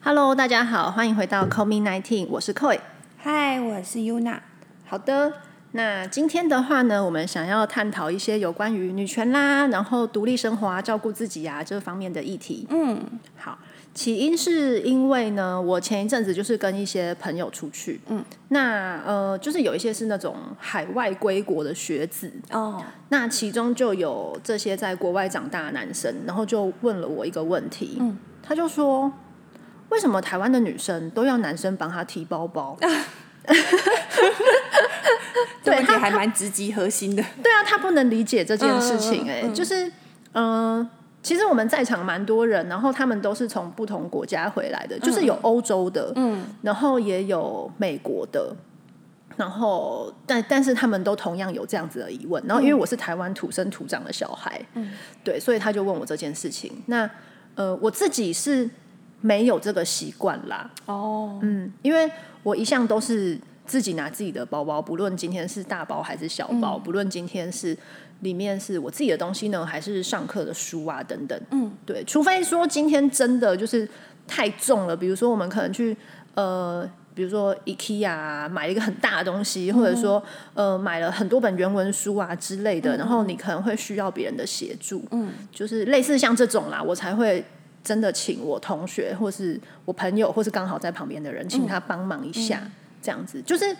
Hello，大家好，欢迎回到 Call Me Nineteen，我是 Koi。嗨，我是 Yuna。好的，那今天的话呢，我们想要探讨一些有关于女权啦，然后独立生活啊、照顾自己啊这方面的议题。嗯，好，起因是因为呢，我前一阵子就是跟一些朋友出去，嗯，那呃，就是有一些是那种海外归国的学子，哦，那其中就有这些在国外长大的男生，然后就问了我一个问题，他就说，为什么台湾的女生都要男生帮她提包包？这问题还蛮直击核心的。对啊，他不能理解这件事情、嗯哎、嗯嗯就是，嗯、其实我们在场蛮多人，然后他们都是从不同国家回来的，嗯就是有欧洲的，嗯，然后也有美国的，然后但但是他们都同样有这样子的疑问，然后因为我是台湾土生土长的小孩，嗯，对，所以他就问我这件事情。那呃，我自己是没有这个习惯啦， 哦，嗯，因为我一向都是自己拿自己的包包，不论今天是大包还是小包，不论今天是里面是我自己的东西呢，还是上课的书啊等等。嗯，对，除非说今天真的就是太重了，比如说我们可能去呃。比如说 IKEA 啊买了一个很大的东西，或者说呃买了很多本原文书啊之类的，然后你可能会需要别人的协助，嗯，就是类似像这种啦，我才会真的请我同学或是我朋友，或是刚好在旁边的人，嗯请他帮忙一下，这样子就是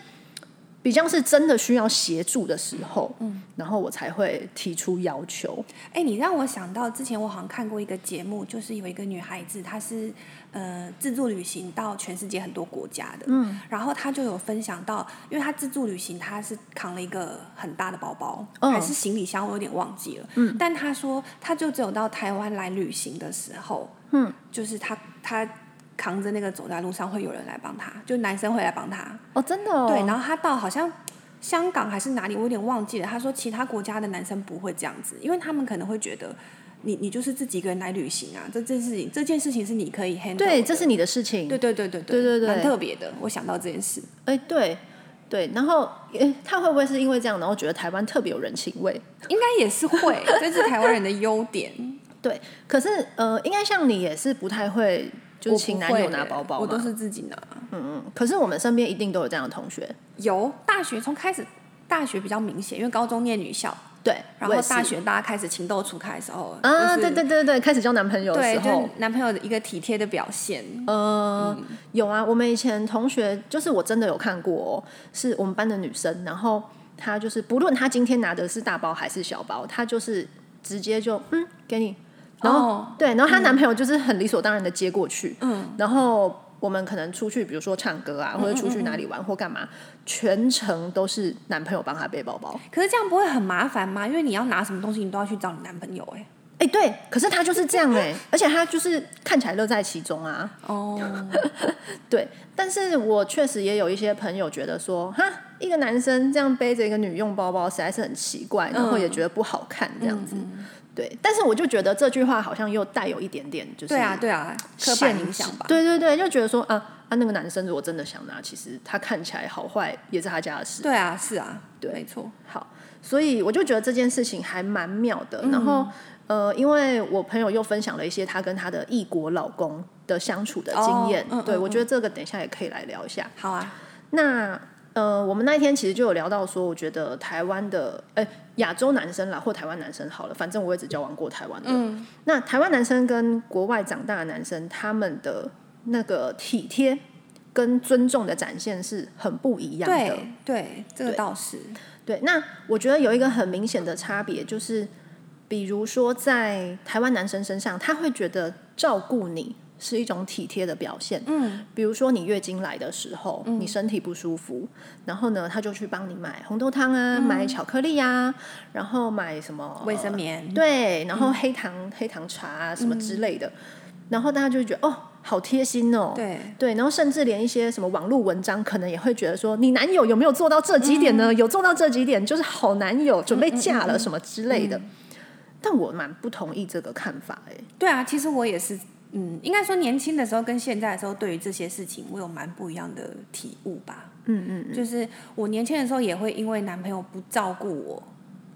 比较是真的需要协助的时候，嗯然后我才会提出要求。哎，你让我想到之前我好像看过一个节目，就是有一个女孩子，她是呃自助旅行到全世界很多国家的，嗯，然后她就有分享到，因为她自助旅行，她是扛了一个很大的包包，嗯还是行李箱，我有点忘记了，嗯，但她说她就只有到台湾来旅行的时候，嗯，就是她她扛着那个走在路上会有人来帮她，就男生会来帮她，哦，真的、哦对，然后他到好像香港还是哪里，我有点忘记了。他说其他国家的男生不会这样子，因为他们可能会觉得你你就是自己一个人来旅行啊，这件事情这件事情是你可以 handle 对，的这是你的事情。对对对对对对对蛮特别的。我想到这件事，哎、对对，然后诶他会不会是因为这样，然后觉得台湾特别有人情味？应该也是会，这是台湾人的优 点。对，可是呃，应该像你也是不太会，就我是不请男友会拿耶包包我都嘛。是自己拿。可是我们身边一定都有这样的同学，有大学从开始，大学比较明显，因为高中念女校，对，我然后也是大学大家开始情窦初开的时候啊，就对是对对对，开始交男朋友的时对，候就，男朋友的一个体贴的表现。呃，有啊，我们以前同学就是我真的有看过、哦，是我们班的女生，然后她就是不论她今天拿的是大包还是小包，她就是直接就嗯给你，然后、哦对，然后她男朋友就是很理所当然的接过去，嗯，然后我们可能出去，比如说唱歌啊，或者出去嗯哪里玩或干嘛，全程都是男朋友帮她背包包。可是这样不会很麻烦吗？因为你要拿什么东西，你都要去找你男朋友哎、哎、对，可是她就是这样哎、而且她就是看起来乐在其中啊。哦， 对，但是我确实也有一些朋友觉得说，哈，一个男生这样背着一个女用包包实在是很奇怪，然后也觉得不好看这样子。嗯对，但是我就觉得这句话好像又带有一点点就是对啊，对啊，刻限板印象制吧。对对对，就觉得说啊啊，那个男生如果真的想拿，其实他看起来好坏也是他家的事。对啊，是啊，对没错。好，所以我就觉得这件事情还蛮妙的。嗯然后，呃，因为我朋友又分享了一些她跟她的异国老公的相处的经验，哦嗯嗯对、我嗯觉得这个等一下也可以来聊一下。好啊，那呃，我们那一天其实就有聊到说，我觉得台湾的呃亚洲男生啦，或台湾男生好了，反正我也只交往过台湾的。嗯那台湾男生跟国外长大的男生，他们的那个体贴跟尊重的展现是很不一样的。对对，这个倒是。对，那我觉得有一个很明显的差别，就是比如说在台湾男生身上，他会觉得照顾你是一种体贴的表现。嗯，比如说你月经来的时候，嗯你身体不舒服，然后呢，他就去帮你买红豆汤啊，买巧克力啊，然后买什么嗯卫生棉嗯对，然后黑糖、黑糖茶啊什么之类的，然后大家就会觉得哦，好贴心哦。对，对，然后甚至连一些什么网络文章，可能也会觉得说，你男友有没有做到这几点呢？有做到这几点，就是好男友，准备嫁了什么之类的。但我蛮不同意这个看法、欸，对啊，其实我也是，嗯，应该说年轻的时候跟现在的时候，对于这些事情，我有蛮不一样的嗯体悟吧。嗯嗯，就是我年轻的时候也会因为男朋友不照顾我，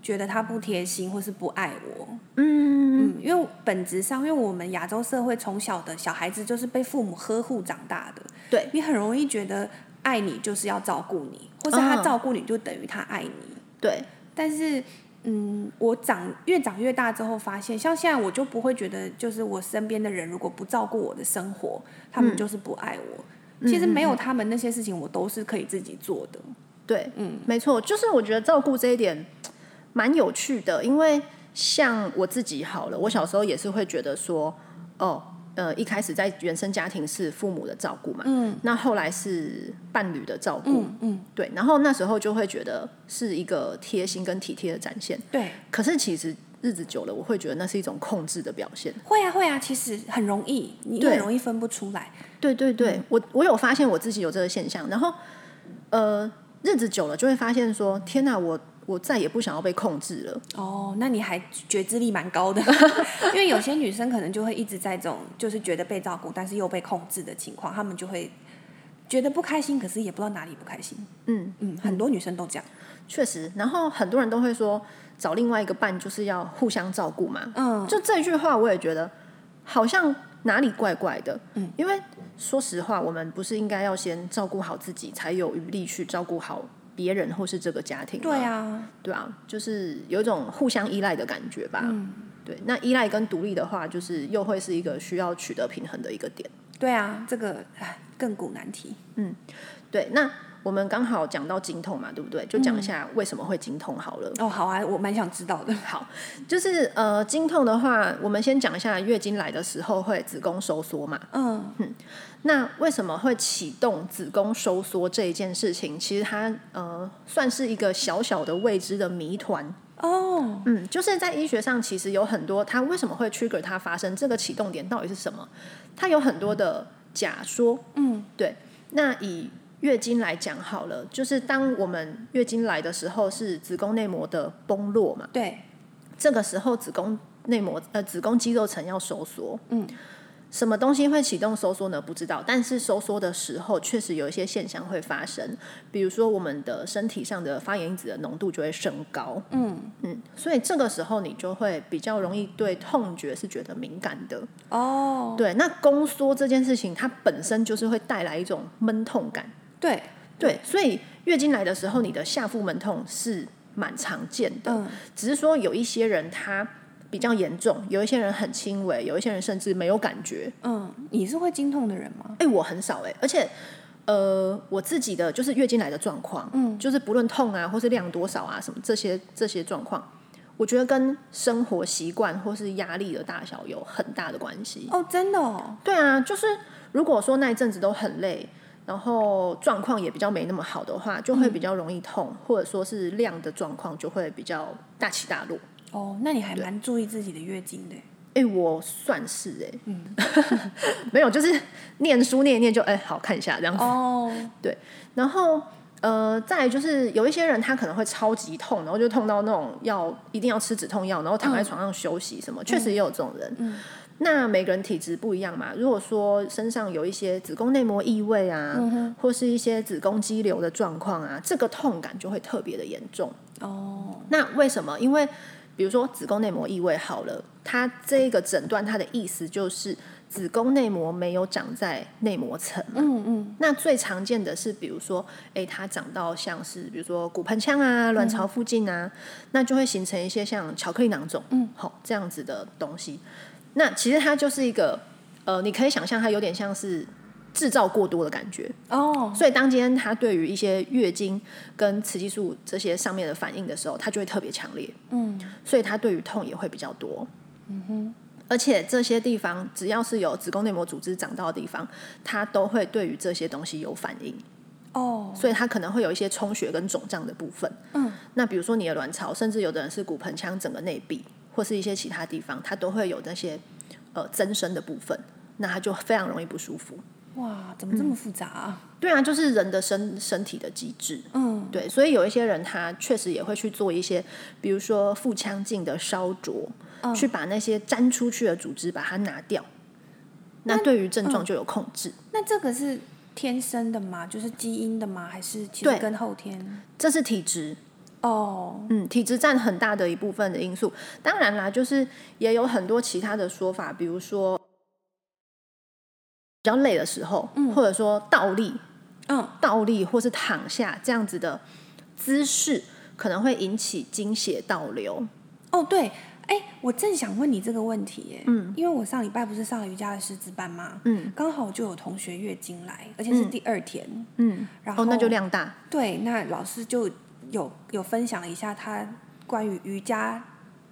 觉得他不贴心或是不爱我。嗯，嗯，因为本质上，因为我们亚洲社会从小的小孩子就是被父母呵护长大的，对，你很容易觉得爱你就是要照顾你，或是嗯他照顾你就等于他爱你。对，但是，嗯，我长越长越大之后，发现像现在我就不会觉得，就是我身边的人如果不照顾我的生活，他嗯们就是不爱我。其实没有他们那些事情，我都是可以自己做的。对，嗯，没错，就是我觉得照顾这一点蛮有趣的，因为像我自己好了，我小时候也是会觉得说，哦，呃，一开始在原生家庭是父母的照顾嘛，嗯，那后来是伴侣的照顾，嗯嗯，对，然后那时候就会觉得是一个贴心跟体贴的展现，对，可是其实日子久了，我会觉得那是一种控制的表现。会啊会啊，其实很容易，你对很容易分不出来。对对对，嗯我我有发现我自己有这个现象，然后呃，日子久了就会发现说，天哪，我我再也不想要被控制了。哦，那你还觉知力蛮 高的，因为有些女生可能就会一直在这种就是觉得被照顾，但是又被控制的情况，她们就会觉得不开心，可是也不知道哪里不开心。嗯，嗯，很多女生都这样。确实。然后很多人都会说，找另外一个伴就是要互相照顾嘛。嗯，就这句话，我也觉得好像哪里怪怪的。嗯，因为说实话，我们不是应该要先照顾好自己，才有余力去照顾好别人或是这个家庭吗？对啊，对啊，就是有一种互相依赖的感觉吧。嗯对，那依赖跟独立的话，就是又会是一个需要取得平衡的一个点。对啊，嗯这个唉亘古难题。对，那我们刚好讲到经痛嘛，对不对？就讲一下为什么会经痛好了。哦，好啊，我蛮想知道的。好，就是呃，经痛的话，我们先讲一下月经来的时候会子宫收缩嘛。嗯，那为什么会启动子宫收缩这一件事情？其实它呃，算是一个小小的未知的谜团。哦，嗯，就是在医学上，其实有很多它为什么会 trigger 它发生这个启动点到底是什么？它有很多的假说。嗯，对。那以月经来讲好了，就是当我们月经来的时候，是子宫内膜的崩落嘛，对，这个时候子宫内膜呃子宫肌肉层要收缩。嗯，什么东西会启动收缩呢？不知道，但是收缩的时候确实有一些现象会发生，比如说我们的身体上的发炎因子的浓度就会升高。嗯，嗯，所以这个时候你就会比较容易对痛觉是觉得敏感的。哦，对，那宫缩这件事情，它本身就是会带来一种闷痛感。对，对，所以月经来的时候，你的下腹闷痛是蛮常见的，嗯，只是说有一些人他比较严重，有一些人很轻微，有一些人甚至没有感觉。嗯，你是会经痛的人吗？哎、我很少哎、而且。呃，我自己的就是月经来的状况，嗯，就是不论痛啊，或是量多少啊，什么这些这些状况，我觉得跟生活习惯或是压力的大小有很大的关系。哦，真的哦，对啊，就是如果说那一阵子都很累，然后状况也比较没那么好的话，就会比较容易痛，或者说是量的状况就会比较大起大落。哦，那你还蛮注意自己的月经的。哎、我算是哎、 没有，就是念书念一念就哎、好看一下这样子。哦，然后呃，再来就是有一些人他可能会超级痛，然后就痛到那种要一定要吃止痛药，然后躺在床上休息什么，确实也有这种人。那每个人体质不一样嘛，如果说身上有一些子宫内膜异位啊，或是一些子宫肌瘤的状况啊，这个痛感就会特别的严重。哦，那为什么？因为比如说子宫内膜异位好了，它这个诊断它的意思就是子宫内膜没有长在内膜层。嗯嗯。那最常见的是，比如说，诶，它长到像是比如说骨盆腔啊、卵巢附近嗯啊，那就会形成一些像巧克力囊肿，嗯，好、这样子的东西。那其实它就是一个，呃，你可以想象它有点像是制造过多的感觉。哦，所以当今天它对于一些月经跟雌激素这些上面的反应的时候，它就会特别强烈。嗯，所以它对于痛也会比较多。嗯哼，而且这些地方只要是有子宫内膜组织长到的地方，它都会对于这些东西有反应，哦，所以它可能会有一些充血跟肿胀的部分。嗯，那比如说你的卵巢，甚至有的人是骨盆腔整个内壁，或是一些其他地方，它都会有那些呃增生的部分，那它就非常容易不舒服。哇，怎么这么复杂啊？对啊，就是人的身身体的机制。嗯，对，所以有一些人他确实也会去做一些，比如说腹腔镜的烧灼，去把那些粘出去的组织把它拿掉。那嗯对于症状就有控制，那这个是天生的吗？就是基因的吗？还是其对实跟后天？这是体质。哦，嗯，体质占很大的一部分的因素。当然啦，就是也有很多其他的说法，比如说比较累的时候，或者说倒立、嗯，倒立或是躺下这样子的姿势，可能会引起经血倒流。哦，对，哎，我正想问你这个问题耶，嗯，因为我上礼拜不是上了瑜伽的师资班吗？嗯，刚好就有同学月经来，而且是第二天，嗯，然后、哦，那就量大。对，那老师就有有分享了一下他关于瑜伽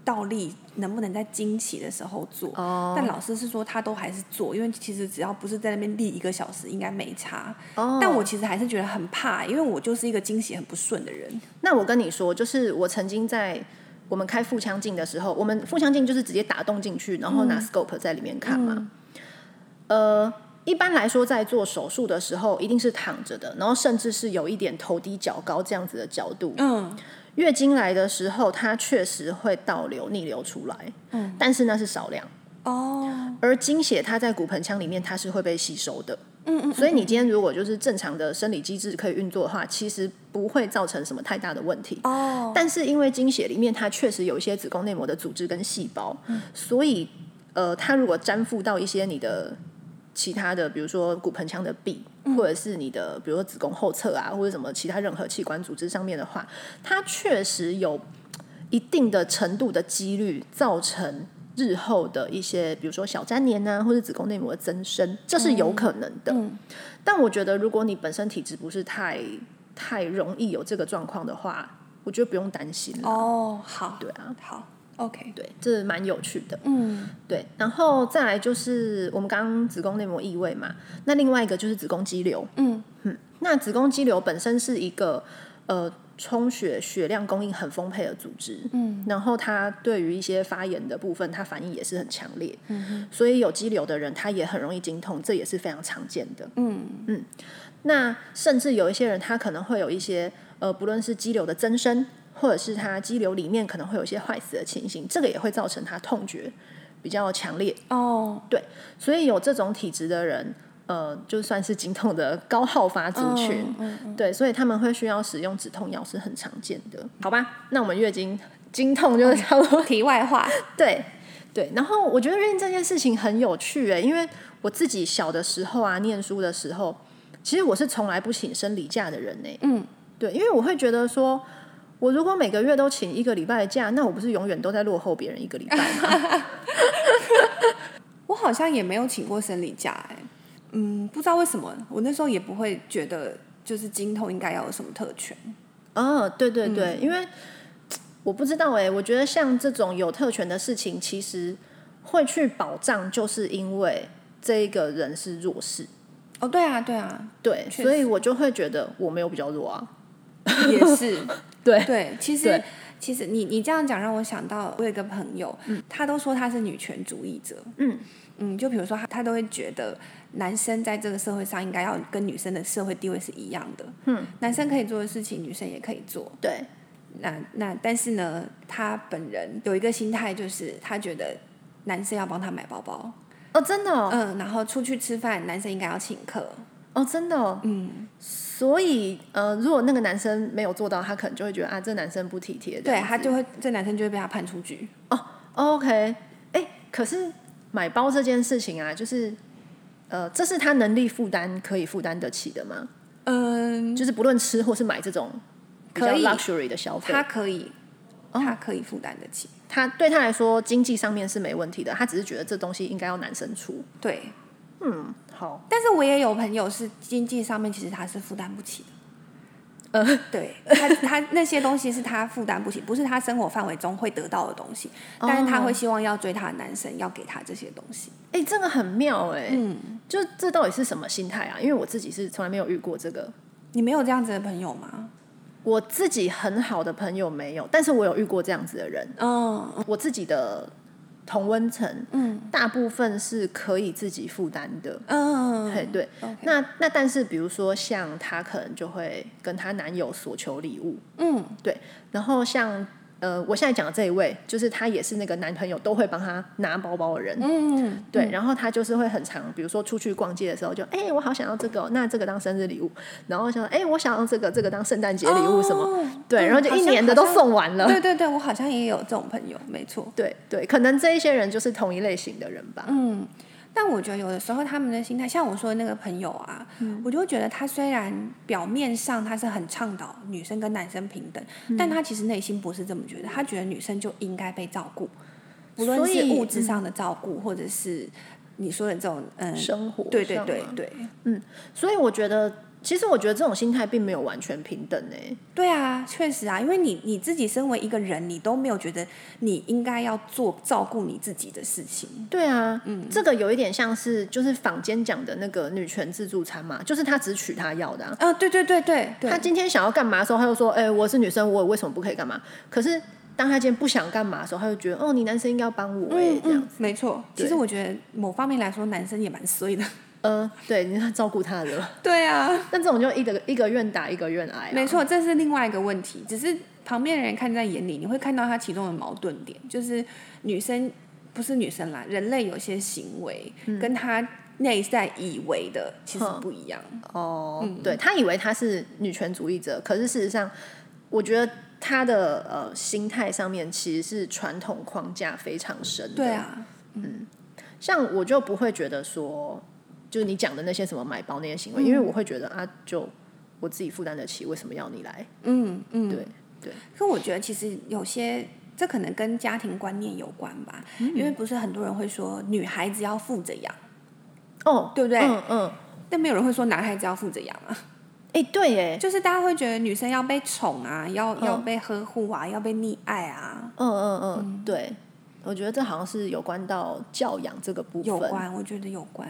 倒立能不能在经期的时候做，哦但老师是说他都还是做，因为其实只要不是在那边立一个小时，应该没差。哦但我其实还是觉得很怕，因为我就是一个经血很不顺的人。那我跟你说，就是我曾经在我们开腹腔镜的时候，我们腹腔镜就是直接打洞进去，然后拿 scope 在里面看嘛。呃，一般来说，在做手术的时候，一定是躺着的，然后甚至是有一点头低脚高这样子的角度。嗯，月经来的时候，它确实会倒流、逆流出来，嗯，但是那是少量。哦，而经血它在骨盆腔里面，它是会被吸收的。嗯嗯，所以你今天如果就是正常的生理机制可以运作的话，其实不会造成什么太大的问题。哦，但是因为经血里面它确实有一些子宫内膜的组织跟细胞，嗯所以呃，它如果粘附到一些你的其他的，比如说骨盆腔的壁，或者是你的比如说子宫后侧啊，或者什么其他任何器官组织上面的话，它确实有一定的程度的几率造成。日后的一些，比如说小粘连啊，或者子宫内膜的增生，这是有可能的。但我觉得，如果你本身体质不是太太容易有这个状况的话，我觉得不用担心了。哦，好，对啊，好，OK，对，这蛮有趣的。嗯，对，然后再来就是我们刚刚子宫内膜异位嘛，那另外一个就是子宫肌瘤。嗯那子宫肌瘤本身是一个呃充血血量供应很丰沛的组织，嗯，然后它对于一些发炎的部分，它反应也是很强烈，嗯，所以有肌瘤的人他也很容易经痛，这也是非常常见的。嗯那甚至有一些人，他可能会有一些呃，不论是肌瘤的增生，或者是他肌瘤里面可能会有一些坏死的情形，这个也会造成他痛觉比较强烈。哦，对，所以有这种体质的人，呃，就算是经痛的高好发族群，嗯嗯对，所以他们会需要使用止痛药是很常见的。好吧，那我们月经经痛就是差不多 题外话，对对，然后我觉得月经这件事情很有趣哎、因为我自己小的时候啊，念书的时候，其实我是从来不请生理假的人哎、嗯，对，因为我会觉得说，我如果每个月都请一个礼拜的假，那我不是永远都在落后别人一个礼拜吗？我好像也没有请过生理假、哎，嗯，不知道为什么，我那时候也不会觉得就是经痛应该要有什么特权，哦，对对对，嗯因为我不知道哎、我觉得像这种有特权的事情，其实会去保障，就是因为这一个人是弱势。哦，对啊，对啊，对，确所以我就会觉得我没有比较弱啊。也是， 对对，其实对其实你你这样讲让我想到，我有一个朋友，他都说他是女权主义者，嗯嗯，就比如说他他都会觉得男生在这个社会上应该要跟女生的社会地位是一样的，嗯，男生可以做的事情，女生也可以做，对，那那但是呢，他本人有一个心态，就是他觉得男生要帮他买包包，哦，真的哦，嗯，然后出去吃饭，男生应该要请客，哦，真的哦。嗯，所以呃，如果那个男生没有做到，他可能就会觉得啊，这男生不体贴。这对样他子就会这男生就会被他判出局。哦，OK，哎，可是买包这件事情啊，就是呃，这是他能力负担可以负担得起的吗？嗯，就是不论吃或是买这种比较可以 luxury 的消费，他可以，哦他可以负担得起。他对他来说经济上面是没问题的，他只是觉得这东西应该要男生出。对，嗯，好，但是我也有朋友是经济上面其实他是负担不起的。呃，对他，他那些东西是他负担不起，不是他生活范围中会得到的东西，哦但是他会希望要追他的男生要给他这些东西。哎，这个很妙哎、嗯，就这到底是什么心态啊？因为我自己是从来没有遇过这个，你没有这样子的朋友吗？我自己很好的朋友没有，但是我有遇过这样子的人。嗯我自己的同温层，嗯大部分是可以自己负担的。对嗯，对， OK 那那但是比如说像她可能就会跟她男友索求礼物，嗯对，然后像呃，我现在讲的这一位，就是她也是那个男朋友都会帮她拿包包的人，嗯，对，然后她就是会很常，比如说出去逛街的时候就，哎、我好想要这个哦、那这个当生日礼物，然后想，哎、我想要这个，这个当圣诞节礼物什么，哦对，嗯然后就好一像年的好都像送完了，对对对，我好像也有这种朋友，没错。对对，可能这一些人就是同一类型的人吧，嗯，但我觉得有的时候他们的心态，像我说的那个朋友啊，嗯我就会觉得他虽然表面上他是很倡导女生跟男生平等，嗯但他其实内心不是这么觉得，他觉得女生就应该被照顾，无论所是以嗯物质上的照顾，或者是你说的这种嗯，生活对对上啊对嘛对所以我觉得，其实我觉得这种心态并没有完全平等呢、欸对啊，确实啊，因为你你自己身为一个人，你都没有觉得你应该要做照顾你自己的事情，对啊，嗯，这个有一点像是就是坊间讲的那个女权自助餐嘛，就是她只取她要的、啊。啊，对对对对对，她今天想要干嘛的时候，她就说：“哎、我是女生，我为什么不可以干嘛？”可是当她今天不想干嘛的时候，她就觉得：“哦，你男生应该要帮我、哎、嗯这样。嗯，没错。其实对我觉得某方面来说，男生也蛮衰的。呃，对，你要照顾她的。 对啊，那这种就一个一个愿打一个愿挨、啊。没错，这是另外一个问题。只是旁边的人看在眼里，你会看到他其中的矛盾点，就是女生不是女生啦，人类有些行为、跟他内在以为的其实不一样。哦，对他以为他是女权主义者，可是事实上，我觉得他的呃心态上面其实是传统框架非常深的。对，啊，像我就不会觉得说，就是你讲的那些什么买包那些行为，嗯因为我会觉得啊，就我自己负担得起，为什么要你来？嗯嗯，对。可我觉得其实有些。这可能跟家庭观念有关吧，因为不是很多人会说女孩子要富着养，哦，对不对嗯嗯，但没有人会说男孩子要富着养啊。 哎、对耶，就是大家会觉得女生要被宠啊，要、嗯要被呵护啊，要被溺爱啊，嗯嗯嗯，对，我觉得这好像是有关到教养这个部分。有关，我觉得有关。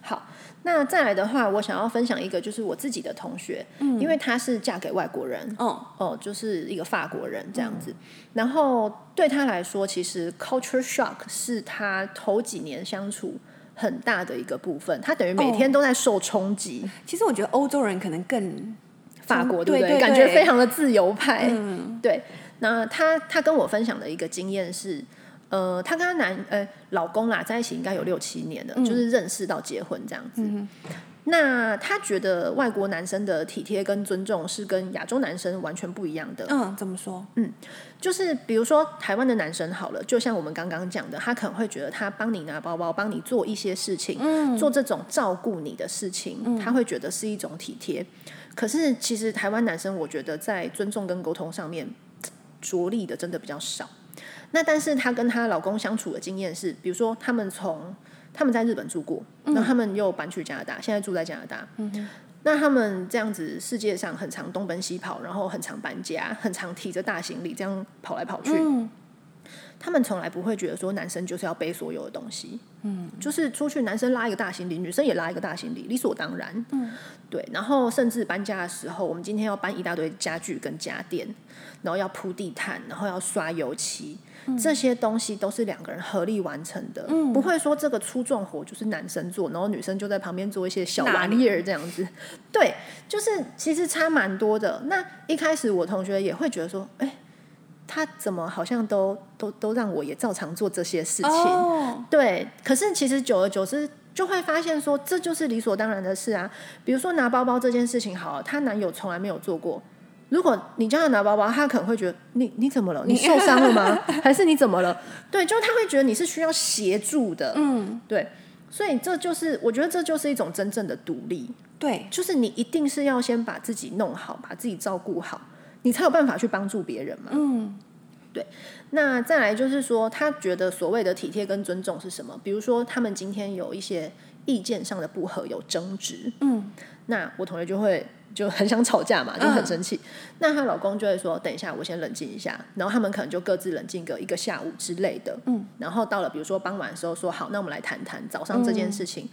好，那再来的话，我想要分享一个，就是我自己的同学，因为她是嫁给外国人，嗯哦，就是一个法国人这样子。然后对她来说，其实 culture shock 是她头几年相处很大的一个部分，她等于每天都在受冲击。其实我觉得欧洲人可能嗯更法国对不嗯对对嗯感觉非常的自由派。 对。那她她跟我分享的一个经验是，呃，她跟她男呃老公啦在一起应该有六七年嗯了，就是认识到结婚这样子。那她觉得外国男生的体贴跟尊重是跟亚洲男生完全不一样的，嗯怎么说？就是比如说台湾的男生好了，就像我们刚刚讲的，他可能会觉得他帮你拿包包，帮你做一些事情，做这种照顾你的事情，他会觉得是一种体贴。可是其实台湾男生，我觉得在尊重跟沟通上面着力的真的比较少。那但是她跟她老公相处的经验是，比如说他们从他们在日本住过，然后他们又搬去加拿大，现在住在加拿大。那他们这样子，世界上很常东奔西跑，然后很常搬家，很常提着大行李这样跑来跑去。嗯他们从来不会觉得说男生就是要背所有的东西，嗯，就是出去男生拉一个大行李，女生也拉一个大行李，理所当然，嗯，对。然后甚至搬家的时候，我们今天要搬一大堆家具跟家电，然后要铺地毯，然后要刷油漆，这些东西都是两个人合力完成的，嗯、不会说这个粗重活就是男生做，然后女生就在旁边做一些小哪玩里意儿这样子，对，就是其实差蛮多的。那一开始我同学也会觉得说，哎、他怎么好像都都都让我也照常做这些事情？哦，对，可是其实久而久之就会发现说，这就是理所当然的事啊。比如说拿包包这件事情，好了，她男友从来没有做过。如果你叫他拿包包，他可能会觉得你你怎么了？你受伤了 吗？还是你怎么了？对，就是他会觉得你是需要协助的。嗯，对，所以这就是我觉得这就是一种真正的独立。对，就是你一定是要先把自己弄好，把自己照顾好，你才有办法去帮助别人嘛。嗯那再来就是说，他觉得所谓的体贴跟尊重是什么？比如说，他们今天有一些意见上的不合，有争执，嗯那我同学就会就很想吵架嘛，就很生气。那她老公就会说：“等一下，我先冷静一下。”然后他们可能就各自冷静个一个下午之类的。嗯，然后到了比如说傍晚的时候说：“好，那我们来谈谈早上这件事情。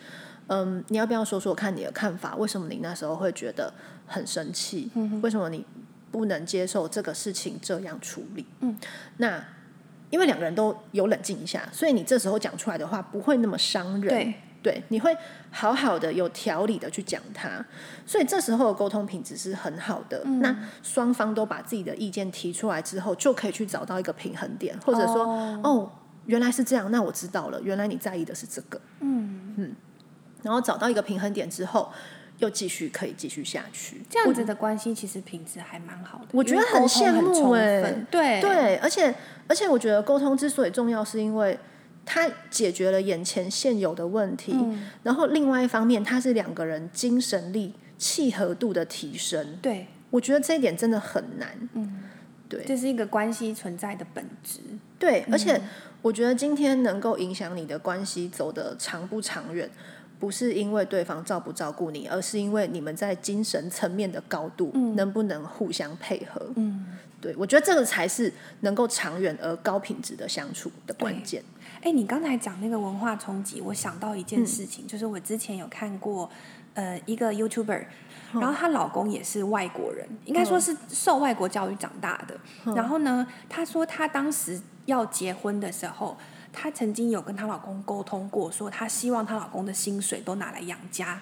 嗯”你要不要说说看你的看法？为什么你那时候会觉得很生气？嗯为什么你不能接受这个事情这样处理？嗯，那因为两个人都有冷静一下，所以你这时候讲出来的话不会那么伤人。对，对，你会好好的、有条理的去讲它，所以这时候的沟通品质是很好的。那双方都把自己的意见提出来之后，就可以去找到一个平衡点，或者说，哦原来是这样，那我知道了，原来你在意的是这个，嗯嗯，然后找到一个平衡点之后，又继续可以继续下去，这样子的关系其实品质还蛮好的，我觉得因为沟通很羡很慕充欸分对对，而且而且我觉得沟通之所以重要，是因为它解决了眼前现有的问题，然后另外一方面，它是两个人精神力契合度的提升。对，我觉得这一点真的很难。这是一个关系存在的本质。对，而且我觉得今天能够影响你的关系走得长不长远，不是因为对方照不照顾你，而是因为你们在精神层面的高度、能不能互相配合。嗯，对，我觉得这个才是能够长远而高品质的相处的关键。哎，你刚才讲那个文化冲击，我想到一嗯件事情，就是我之前有看过，呃，一个 YouTuber，、然嗯后她老公也是外国人，应该说是受外国教育长大的。嗯然后呢，她说她当时要结婚的时候，她曾经有跟她老公沟通过，说她希望她老公的薪水都拿来养家。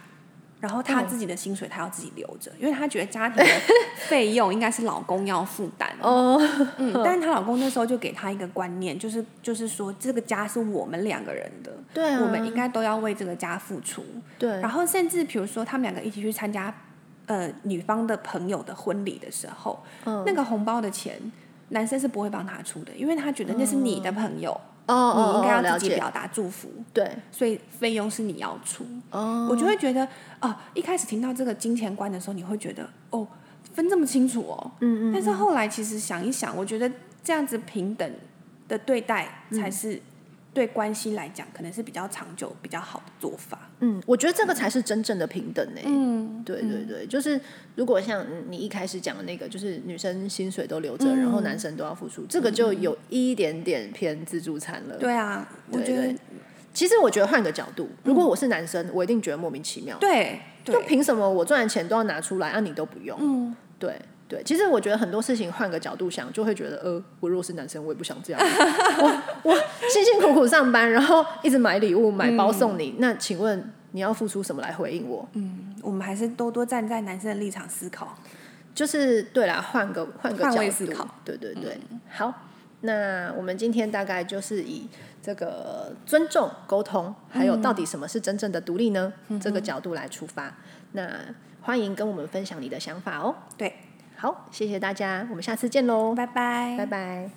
然后她嗯自己的薪水她要自己留着，因为她觉得家庭的 费用应该是老公要负担。哦，嗯，但是她老公那时候就给她一个观念，就是就是说这个家是我们两个人的，对啊，我们应该都要为这个家付出。 对然后甚至比如说他们两个一起去参加呃女方的朋友的婚礼的时候，嗯那个红包的钱男生是不会帮她出的，因为他觉得那是你的朋友，哦哦，你应该哦要了自己解，表达祝福，对，所以费用是你要出。哦，我就会觉得，哦，一开始听到这个金钱观的时候，你会觉得，哦，分这么清楚哦，嗯嗯但是后来其实想一想，我觉得这样子平等的对待才是对关系来讲，可能是比较长久、比较好的做法。嗯，我觉得这个才是真正的平等呢、嗯，对对对，就是如果像你一开始讲的那个，就是女生薪水都留着，然后男生都要付出，这个就有一点点偏自助餐了。，对啊，我嗯对觉得对其实我觉得换个角度，如果我是男生，我一定觉得莫名其妙，对就对凭什么我赚的钱都要拿出来，啊你都不用？嗯，对对，其实我觉得很多事情换个角度想，就会觉得，呃，我如果是男生，我也不想这样。啊我我辛辛苦苦上班，然后一直买礼物、买包送嗯你，那请问你要付出什么来回应我？我们还是多多站在男生的立场思考。就是对啦，换个换个换角位度思考，嗯对对对。好，那我们今天大概就是以这个尊重、沟通，还嗯有到底什么是真正的独立呢？这个角度来出发。那欢迎跟我们分享你的想法哦。对，好，谢谢大家，我们下次见喽，拜拜，拜拜